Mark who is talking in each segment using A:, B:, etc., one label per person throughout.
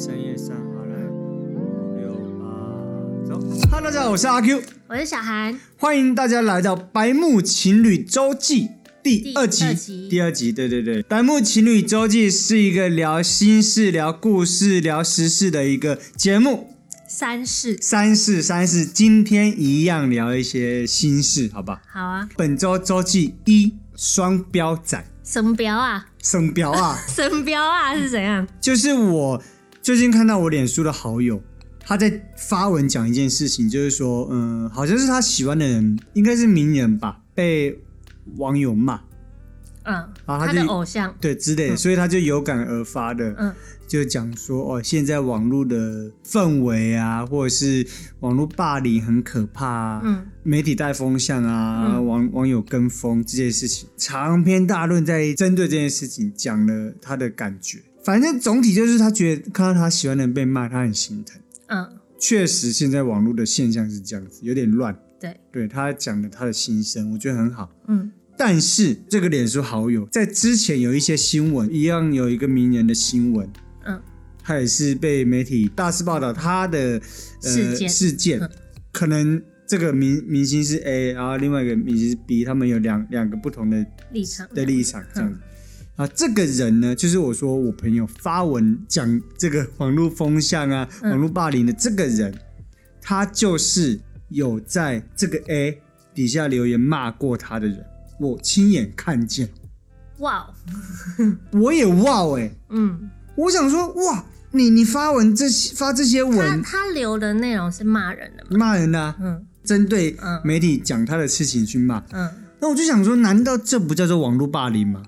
A: 三叶三，好来，五六八，走。Hello，大家好，我是阿 Q，
B: 我是小韩，
A: 欢迎大家来到《白木情侣周记》第二集。
B: 第二集
A: 第二集对对对，《白木情侣周记》是一个聊心事、聊故事、聊时事的一个节目。
B: 三世
A: 三事三事，今天一样聊一些心事，好吧？
B: 好啊，
A: 本周周记一，双标仔，
B: 什么标啊？
A: 双标啊！
B: 什么标啊？是怎样？
A: 就是我最近看到我脸书的好友，他在发文讲一件事情，就是说，嗯，好像是他喜欢的人，应该是名人吧，被网友骂，
B: 嗯，
A: 啊他
B: 他
A: 就
B: 的偶像，
A: 对之类的，所以他就有感而发的，
B: 嗯
A: 就讲说，哦，现在网络的氛围啊，或者是网络霸凌很可怕啊，
B: 嗯，
A: 媒体带风向啊，
B: 嗯
A: 网网友跟风这件事情，长篇大论在针对这件事情讲了他的感觉。反正总体就是他觉得看到他喜欢的人被骂，他很心疼。
B: 嗯，
A: 确实，现在网络的现象是这样子，有点乱。
B: 对，
A: 对他讲了他的心声，我觉得很好。
B: 嗯
A: 但是这个脸书好友在之前有一些新闻，一样有一个名人的新闻，
B: 嗯
A: 他也是被媒体大肆报道他的、呃、
B: 事件嗯
A: 可能这个明明星是 A，然后另外一个明星是 B，他们有两两个不同的
B: 立场
A: 的立场这样子。
B: 嗯
A: 啊，这个人呢，就是我说我朋友发文讲这个网络风向啊、
B: 嗯
A: 网络霸凌的这个人，他就是有在这个 A 底下留言骂过他的人，我亲眼看见，
B: 哇哦，
A: 我也哇哎、
B: 嗯，
A: 我想说哇，你你发文这些发这些
B: 他
A: 文
B: 他留的内容是骂人的吗？
A: 骂人的、啊，
B: 嗯
A: 针对
B: 嗯
A: 媒体讲他的事情去骂，
B: 嗯，
A: 那我就想说，难道这不叫做网络霸凌吗？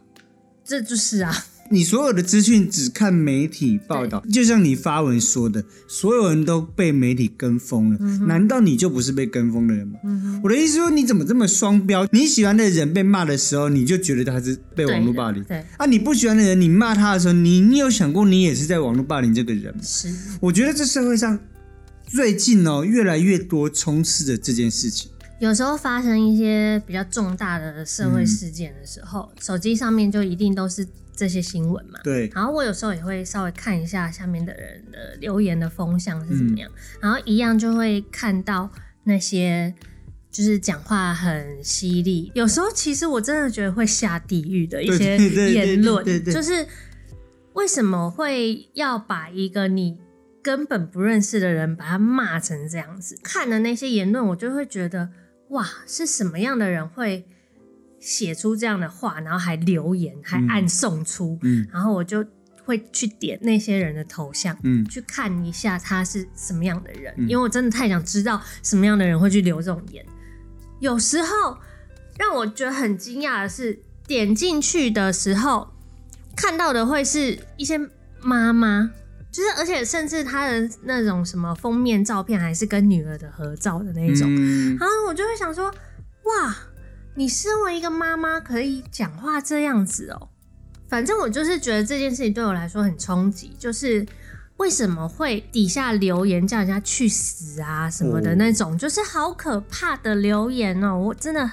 B: 这就是啊，
A: 你所有的资讯只看媒体报道，就像你发文说的，所有人都被媒体跟风了，
B: 嗯
A: 难道你就不是被跟风的人吗？我的意思说，你怎么这么双标？你喜欢的人被骂的时候，你就觉得他是被网络霸凌；
B: 对的对
A: 啊，你不喜欢的人，你骂他的时候，你你有想过你也是在网络霸凌这个人吗？
B: 是，
A: 我觉得这社会上最近哦，越来越多充斥着这件事情。
B: 有时候发生一些比较重大的社
A: 嗯
B: 会事件的时候，手机上面就一定都是这些新闻嘛。
A: 对，
B: 然后我有时候也会稍微看一下下面的人的留言的风向是怎么样，然后一样就会看到那些就是讲话很犀利，有时候其实我真的觉得会下地狱的一
A: 对
B: 些
A: 对对对
B: 言论
A: 对对对，
B: 就是为什么会要把一个你。根本不认识的人把他骂成这样子，看了那些言论，我就会觉得哇，是什么样的人会写出这样的话，然后还留言，还按送出，
A: 嗯
B: 然后我就会去点那些人的头像，
A: 嗯，
B: 去看一下他是什么样的人，
A: 嗯
B: 因为我真的太想知道什么样的人会去留这种言。有时候让我觉得很惊讶的是，点进去的时候看到的会是一些妈妈。就是，而且甚至他的那种什么封面照片，还是跟女儿的合照的那一种，
A: 嗯
B: 然后我就会想说，哇，你身为一个妈妈可以讲话这样子哦、反正我就是觉得这件事情对我来说很冲击，就是为什么会底下留言叫人家去死啊什么
A: 哦
B: 的那种，就是好可怕的留言哦、我真的。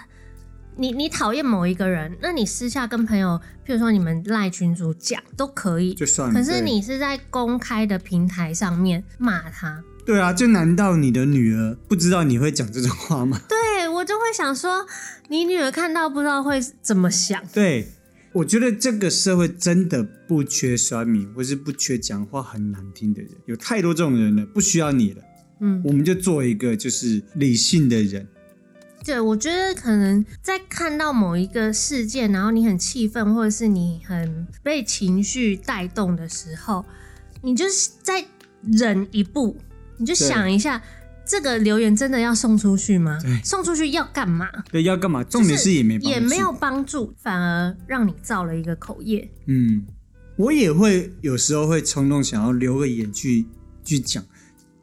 B: 你你讨厌某一个人，那你私下跟朋友，譬如说你们赖群主讲都可以，
A: 就算了。
B: 可是
A: 对
B: 你是在公开的平台上面骂他，
A: 对啊，就难道你的女儿不知道你会讲这种话吗？
B: 对我就会想说，你女儿看到不知道会怎么想。
A: 对，我觉得这个社会真的不缺酸民，或是不缺讲话很难听的人，有太多这种人了，不需要你了。
B: 嗯，
A: 我们就做一个就是理性的人。
B: 对，我觉得可能在看到某一个事件，然后你很气愤，或者是你很被情绪带动的时候，你就是再忍一步，你就
A: 对
B: 想一下，这个留言真的要送出去吗
A: 对？
B: 送出去要干嘛？
A: 对，要干嘛？重点是也没帮助
B: 也没有。帮助，反而让你造了一个口业。
A: 嗯，我也会有时候会冲动想要留个言去去讲，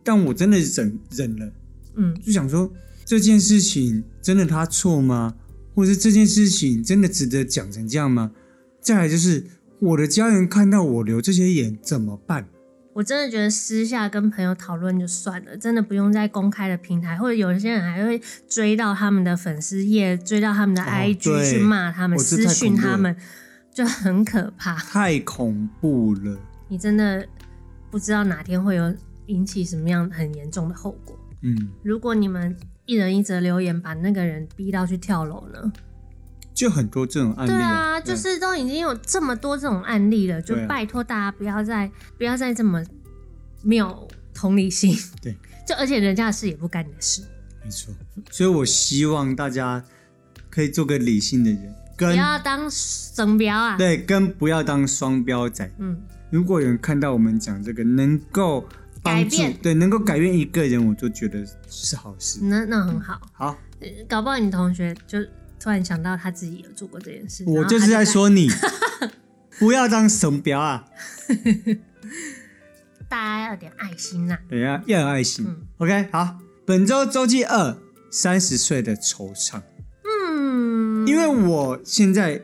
A: 但我真的忍忍了。
B: 嗯
A: 就想说这件事情真的他错吗？或者是这件事情真的值得讲成这样吗？再来就是我的家人看到我流这些眼怎么办？
B: 我真的觉得私下跟朋友讨论就算了，真的不用在公开的平台，或者有一些人还会追到他们的粉丝页，追到他们的
A: 哦
B: IG、
A: 对
B: 去骂他们、
A: 哦这太
B: 私讯他们，就很可怕。
A: 太恐怖了！
B: 你真的不知道哪天会有引起什么样很严重的后果。
A: 嗯，
B: 如果你们一人一则留言，把那个人逼到去跳楼呢？
A: 就很多这种案例、
B: 对啊，
A: 对
B: 就是都已经有这么多这种案例了，就
A: 对啊
B: 拜托大家不要再不要再这么没有同理心。
A: 对，
B: 就而且人家的事也不干你的事，
A: 嗯没错。所以我希望大家可以做个理性的人，
B: 不
A: 跟
B: 要当神标啊。
A: 对跟不要当双标仔。
B: 嗯，
A: 如果有人看到我们讲这个，能够帮助
B: 改变，嗯
A: 对，能够改变一个人，我就觉得是好事。
B: 那那很好，
A: 好，
B: 搞不好你同学就突然想到他自己有做过这件事，然
A: 我
B: 后
A: 就是
B: 他
A: 在说你， 不要当神标啊，
B: 改大家要点爱心啦、
A: 对啊，要有爱心。
B: 嗯
A: OK，好，本周周记二，三十岁的惆怅，
B: 嗯，
A: 因为我现在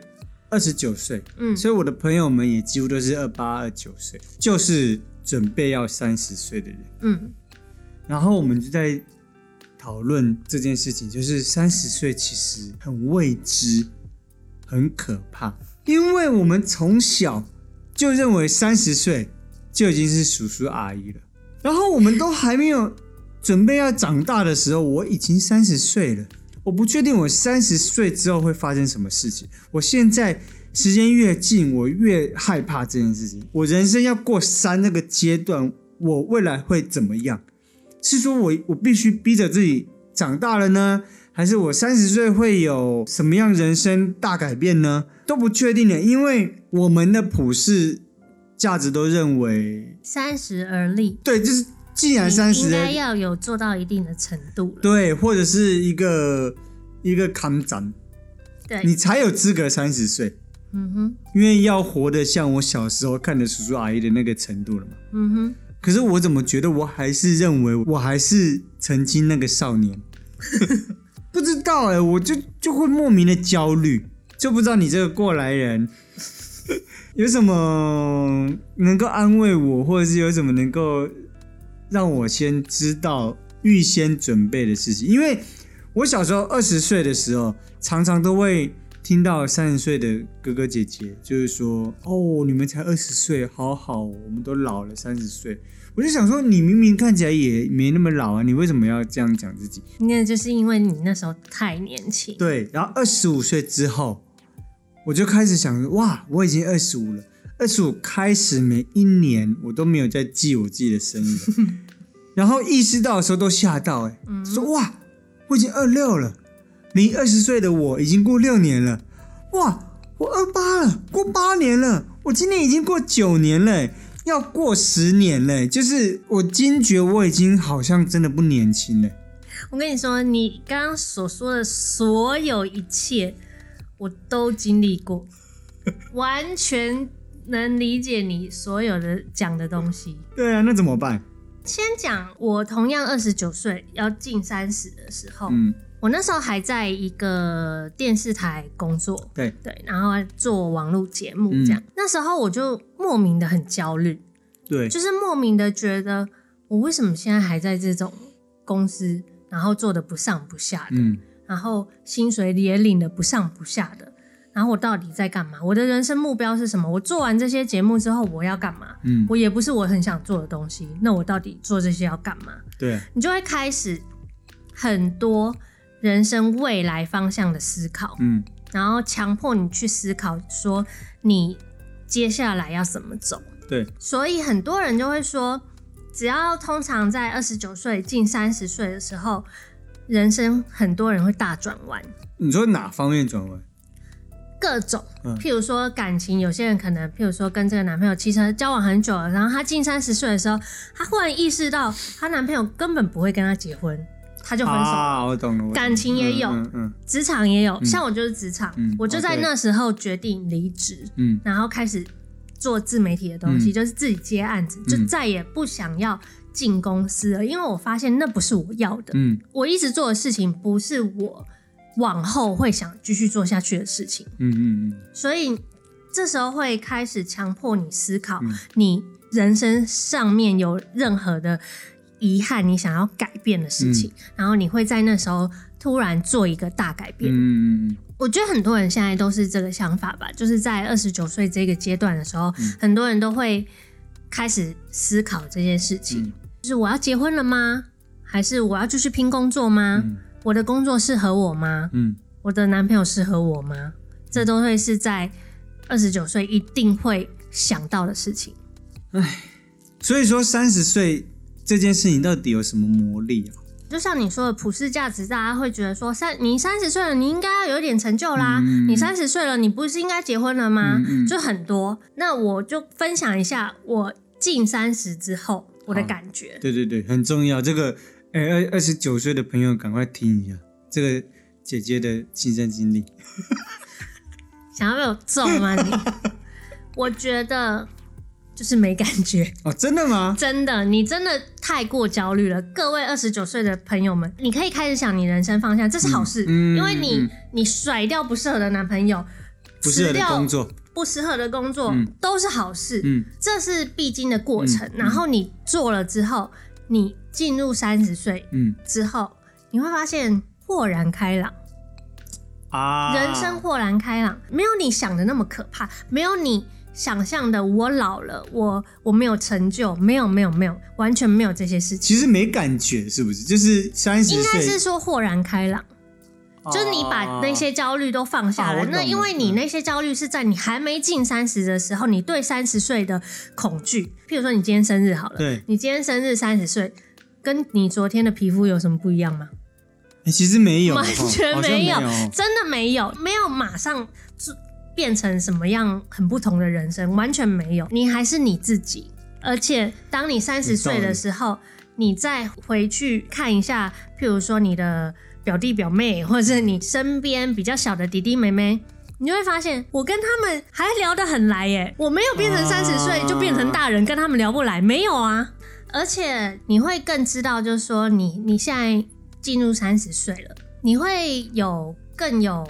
A: 二十九岁，
B: 嗯
A: 所以我的朋友们也几乎都是二八二九岁，就是准备要三十岁的人。
B: 嗯
A: 然后我们就在讨论这件事情，就是三十岁其实很未知，很可怕，因为我们从小就认为三十岁就已经是叔叔阿姨了，然后我们都还没有准备要长大的时候，我已经三十岁了。我不确定我三十岁之后会发生什么事情。我现在时间越近，我越害怕这件事情。我人生要过三那个阶段，我未来会怎么样？是说我我必须逼着自己长大了呢，还是我三十岁会有什么样人生大改变呢？都不确定的，因为我们的普世价值都认为，
B: 三十而立，
A: 对，就是既然三
B: 你应
A: 十
B: 该要有做到一定的程度了。
A: 对，或者是一个一个康展，
B: 对，
A: 你才有资格三十岁，
B: 嗯哼，
A: 因为要活得像我小时候看的叔叔阿姨的那个程度了嘛。
B: 嗯哼。
A: 可是我怎么觉得我还是认为我还是曾经那个少年？ 不知道哎、我就就会莫名的焦虑，就不知道你这个过来人 有什么能够安慰我，或者是有什么能够让我先知道预先准备的事情。因为我小时候二十岁的时候，常常都会听到三十岁的哥哥姐姐就是说：“哦，你们才二十岁，好好，我们都老了三十岁。”我就想说，你明明看起来也没那么老啊，你为什么要这样讲自己？
B: 那就是因为你那时候太年轻。
A: 对，然后二十五岁之后，我就开始想，哇，我已经二十五了。二十五开始每一年我都没有在记我自己的生 日了，然后意识到的时候都吓到、欸，哎，说哇，我已经二六了，离二十岁的我已经过六年了，哇，我二八了，过八年了，我今年已经过九年了、欸要过十年了欸、就是我惊觉我已经好像真的不年轻了欸、
B: 我跟你说，你刚刚所说的所有一切，我都经历过，完全能理解你所有的讲的东西。
A: 对啊，那怎么办？
B: 先讲我同样二十九岁要近三十的时候，
A: 嗯，
B: 我那时候还在一个电视台工作，
A: 对，
B: 对，然后做网络节目这样。那时候我就莫名的很焦虑，
A: 对，
B: 就是莫名的觉得，我为什么现在还在这种公司，然后做的不上不下的，
A: 嗯。
B: 然后薪水也领的不上不下的，然后我到底在干嘛？我的人生目标是什么？我做完这些节目之后我要干嘛？
A: 嗯，
B: 我也不是我很想做的东西，那我到底做这些要干嘛？
A: 对，
B: 你就会开始很多人生未来方向的思考，
A: 嗯
B: 然后强迫你去思考说你接下来要怎么走。
A: 对，
B: 所以很多人就会说，只要通常在二十九岁近三十岁的时候，人生很多人会大转弯，
A: 你说哪方面转弯？
B: 各种
A: 嗯，
B: 譬如说感情，有些人可能，譬如说跟这个男朋友其实交往很久了，然后她近三十岁的时候，她忽然意识到她男朋友根本不会跟她结婚，她就分手了。
A: 啊，我懂了，我懂了
B: 感情也有
A: 嗯嗯
B: 职场也有，像我就是职场，
A: 嗯
B: 我就
A: 哦
B: 在
A: 对
B: 那时候决定离职，
A: 嗯
B: 然后开始做自媒体的东西，
A: 嗯
B: 就是自己接案子，就再也不想要进公司了，因为我发现那不是我要的。
A: 嗯
B: 我一直做的事情不是我往后会想继续做下去的事情，
A: 嗯嗯嗯，
B: 所以这时候会开始强迫你思考
A: 嗯，
B: 你人生上面有任何的遗憾，你想要改变的事情，
A: 嗯
B: 然后你会在那时候突然做一个大改变。
A: 嗯嗯
B: 我觉得很多人现
A: 嗯
B: 在都是这个想法吧，就是在二十九岁这个阶段的时候，很多人都会开始思考这件事情，
A: 嗯
B: 就是我要结婚了吗？还是我要继续拼工作吗？
A: 嗯
B: 我的工作适合我吗？
A: 嗯
B: 我的男朋友适合我吗？这都会是在二十九岁一定会想到的事情。
A: 所以说三十岁这件事情到底有什么魔力啊？
B: 就像你说的普世价值，大家会觉得说三你三十岁了，你应该要有一点成就啦。
A: 嗯
B: 你三十岁了，你不是应该结婚了吗？
A: 嗯嗯
B: 就很多。那我就分享一下我近三十之后我的
A: 好
B: 感觉。
A: 对对对，很重要。这个，哎，二二十九岁的朋友赶快听一下这个姐姐的亲身经历。
B: 想要被我揍吗 你？我觉得就是没感觉，
A: 哦，真的吗？
B: 真的，你真的太过焦虑了。各位二十九岁的朋友们，你可以开始想你人生方向，这是好事，
A: 嗯嗯
B: 因为你、
A: 嗯
B: 你甩掉不适合的男朋友，
A: 不适合的
B: 辞掉
A: 工作，
B: 不适合的工作、
A: 嗯
B: 都是好事，
A: 嗯
B: 这是必经的过程。
A: 嗯嗯
B: 然后你做了之后，你进入三十岁
A: 嗯
B: 之后，你会发现豁然开朗，
A: 啊，
B: 人生豁然开朗，没有你想的那么可怕，没有你想象的我老了，我我没有成就，没有没有没有，完全没有这些事情。
A: 其实没感觉，是不是？就是哦三十
B: 应该
A: 岁，哦
B: 是说豁然开朗，就是你把那些焦虑都放下
A: 啊
B: 来。
A: 我懂
B: 那因为你那些焦虑是在你还没进三十的时候，你对三十岁的恐惧。譬如说，你今天生日好了，
A: 对，
B: 你今天生日三十岁，跟你昨天的皮肤有什么不一样吗？
A: 哎其实没有，
B: 完全
A: 哦好像
B: 没
A: 没
B: 有
A: 哦
B: 真的没有，没有马上就变成什么样很不同的人生，完全没有。你还是你自己，而且当你三十岁的时候，你再回去看一下，譬如说你的表弟表妹，或者是你身边比较小的弟弟妹妹。你就会发现，我跟他们还聊得很来耶！我没有变成三十岁
A: 啊
B: 就变成大人，跟他们聊不来，没有啊。而且你会更知道，就是说你你现在进入三十岁了，你会有更有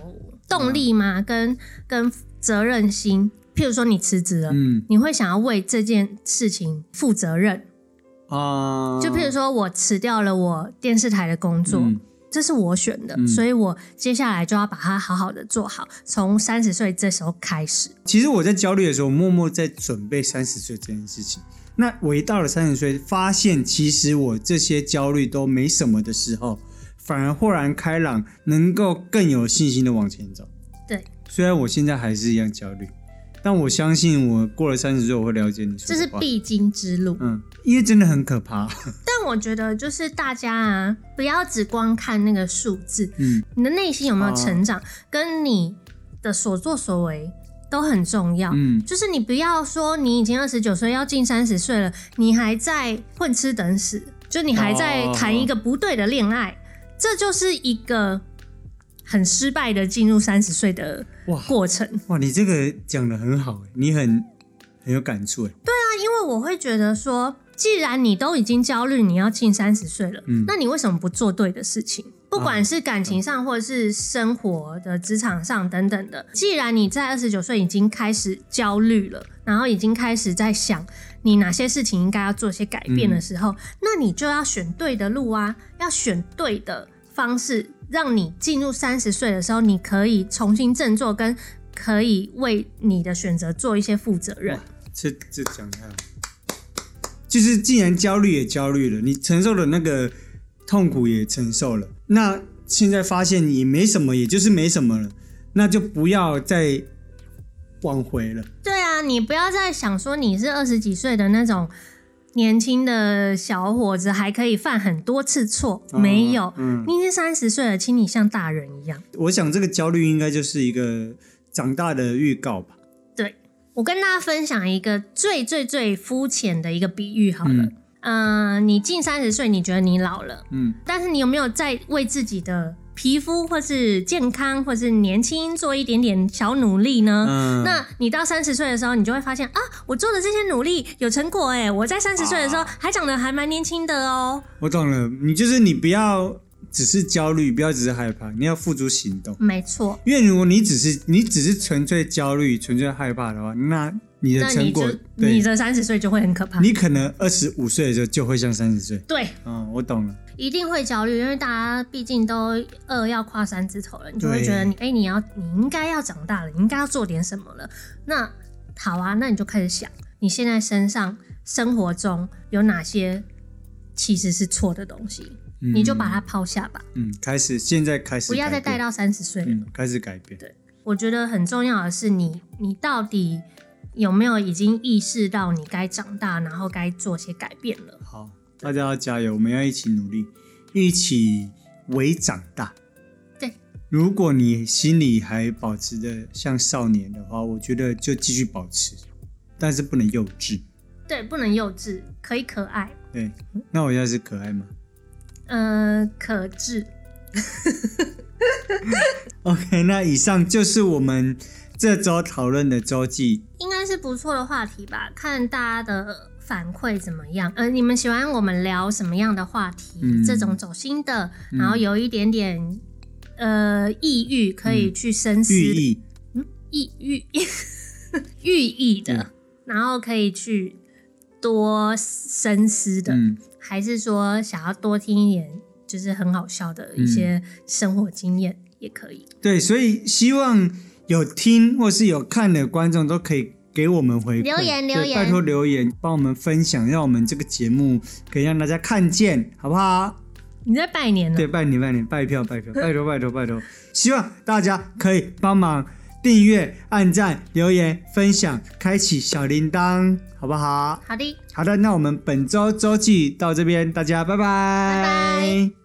B: 动力吗？跟跟责任心，譬如说你辞职了，
A: 嗯
B: 你会想要为这件事情负责任。
A: 啊，
B: 就譬如说我辞掉了我电视台的工作，
A: 嗯
B: 这是我选的，
A: 嗯
B: 所以我接下来就要把它好好的做好，从三十岁这时候开始。
A: 其实我在焦虑的时候，我默默在准备三十岁这件事情。那我一到了三十岁，发现其实我这些焦虑都没什么的时候，反而豁然开朗，能够更有信心的往前走。
B: 对，
A: 虽然我现在还是一样焦虑，但我相信我过了三十岁，我会了解你说
B: 这
A: 的
B: 是
A: 话。
B: 必经之路，
A: 嗯，因为真的很可怕。
B: 但我觉得就是大家啊，不要只光看那个数字，
A: 嗯，
B: 你的内心有没有
A: 哦
B: 成长，跟你的所作所为都很重要。
A: 嗯，
B: 就是你不要说你已经二十九岁要进三十岁了，你还在混吃等死，就你还在谈一个不对的恋
A: 哦
B: 爱，这就是一个很失败的进入三十岁的
A: 哇
B: 过程。
A: 哇，你这个讲的很好，欸你很很有感触。哎
B: 那因为我会觉得说，既然你都已经焦虑，你要进三十岁了，
A: 嗯
B: 那你为什么不做对的事情？不管是感情上，或者是生活的、职场上等等的，既然你在二十九岁已经开始焦虑了，然后已经开始在想你哪些事情应该要做些改变的时候，那你就要选对的路啊，要选对的方式，让你进入三十岁的时候，你可以重新振作，跟可以为你的选择做一些负责任。
A: 这这讲一下，就是既然焦虑也焦虑了，你承受的那个痛苦也承受了，那现在发现你没什么，也就是没什么了，那就不要再往回了。
B: 对啊，你不要再想说你是二十几岁的那种年轻的小伙子，还可以犯很多次错，没有。
A: 嗯，
B: 你已经三十岁了，请你像大人一样。
A: 我想这个焦虑应该就是一个长大的预告吧。
B: 我跟大家分享一个最最最肤浅的一个比喻好了
A: 嗯。
B: 嗯、你近三十岁，你觉得你老了，
A: 嗯
B: 但是你有没有在为自己的皮肤或是健康或是年轻做一点点小努力呢？
A: 嗯，
B: 那你到三十岁的时候，你就会发现啊，我做的这些努力有成果哎！我在三十岁的时
A: 啊
B: 候还长得还蛮年轻的哦。
A: 我懂了，你就是你不要只是焦虑，不要只是害怕，你要付诸行动。
B: 没错，
A: 因为如果你只是你只是纯粹焦虑、纯粹害怕的话，那你的
B: 那你
A: 成
B: 就
A: 果，对
B: 你的三十岁就会很可怕。
A: 你可能二十五岁的时候就会像三十岁。
B: 对，
A: 嗯，我懂了。
B: 一定会焦虑，因为大家毕竟都二要跨三字头了，你就会
A: 对
B: 觉得你哎、你要你应该要长大了，你应该要做点什么了。那好啊，那你就开始想，你现在身上生活中有哪些其实是错的东西，你就把它抛下吧，
A: 嗯，开始现在开始
B: 不要再带
A: 嗯改变，
B: 到三十岁了。
A: 嗯，开始改变，
B: 我觉得很重要的是你，你到底有没有已经意识到你该长大，然后该做些改变了？
A: 好，大家要加油，我们要一起努力，一起为长大。
B: 对，
A: 如果你心里还保持着像少年的话，我觉得就继续保持，但是不能幼稚。
B: 对，不能幼稚，可以可爱，
A: 对，那我现在是可爱吗
B: 呃，可治。
A: ？OK，那以上就是我们这周讨论的周记。
B: 应该是不错的话题吧，看大家的反馈怎么样。呃，你们喜欢我们聊什么样的话题？
A: 嗯
B: 这种走心的，然后有一点点、呃抑郁，可以去深思
A: 嗯寓意
B: 意寓寓意的，
A: 嗯
B: 然后可以去多深思的，
A: 嗯，
B: 还是说想要多听一点，就是很好笑的一些生活经验、也可以。
A: 对，所以希望有听或是有看的观众都可以给我们回馈
B: 留言
A: 对
B: 留言
A: 拜托留言帮我们分享，让我们这个节目可以让大家看见，好不好？
B: 你在拜年呢
A: 对，？拜年拜年，拜票拜票， 拜托拜托拜托，希望大家可以帮忙订阅、按赞、留言、分享、开启小铃铛，好不好？
B: 好的。
A: 好的，那我们本周周记到这边，大家拜拜，
B: 拜拜。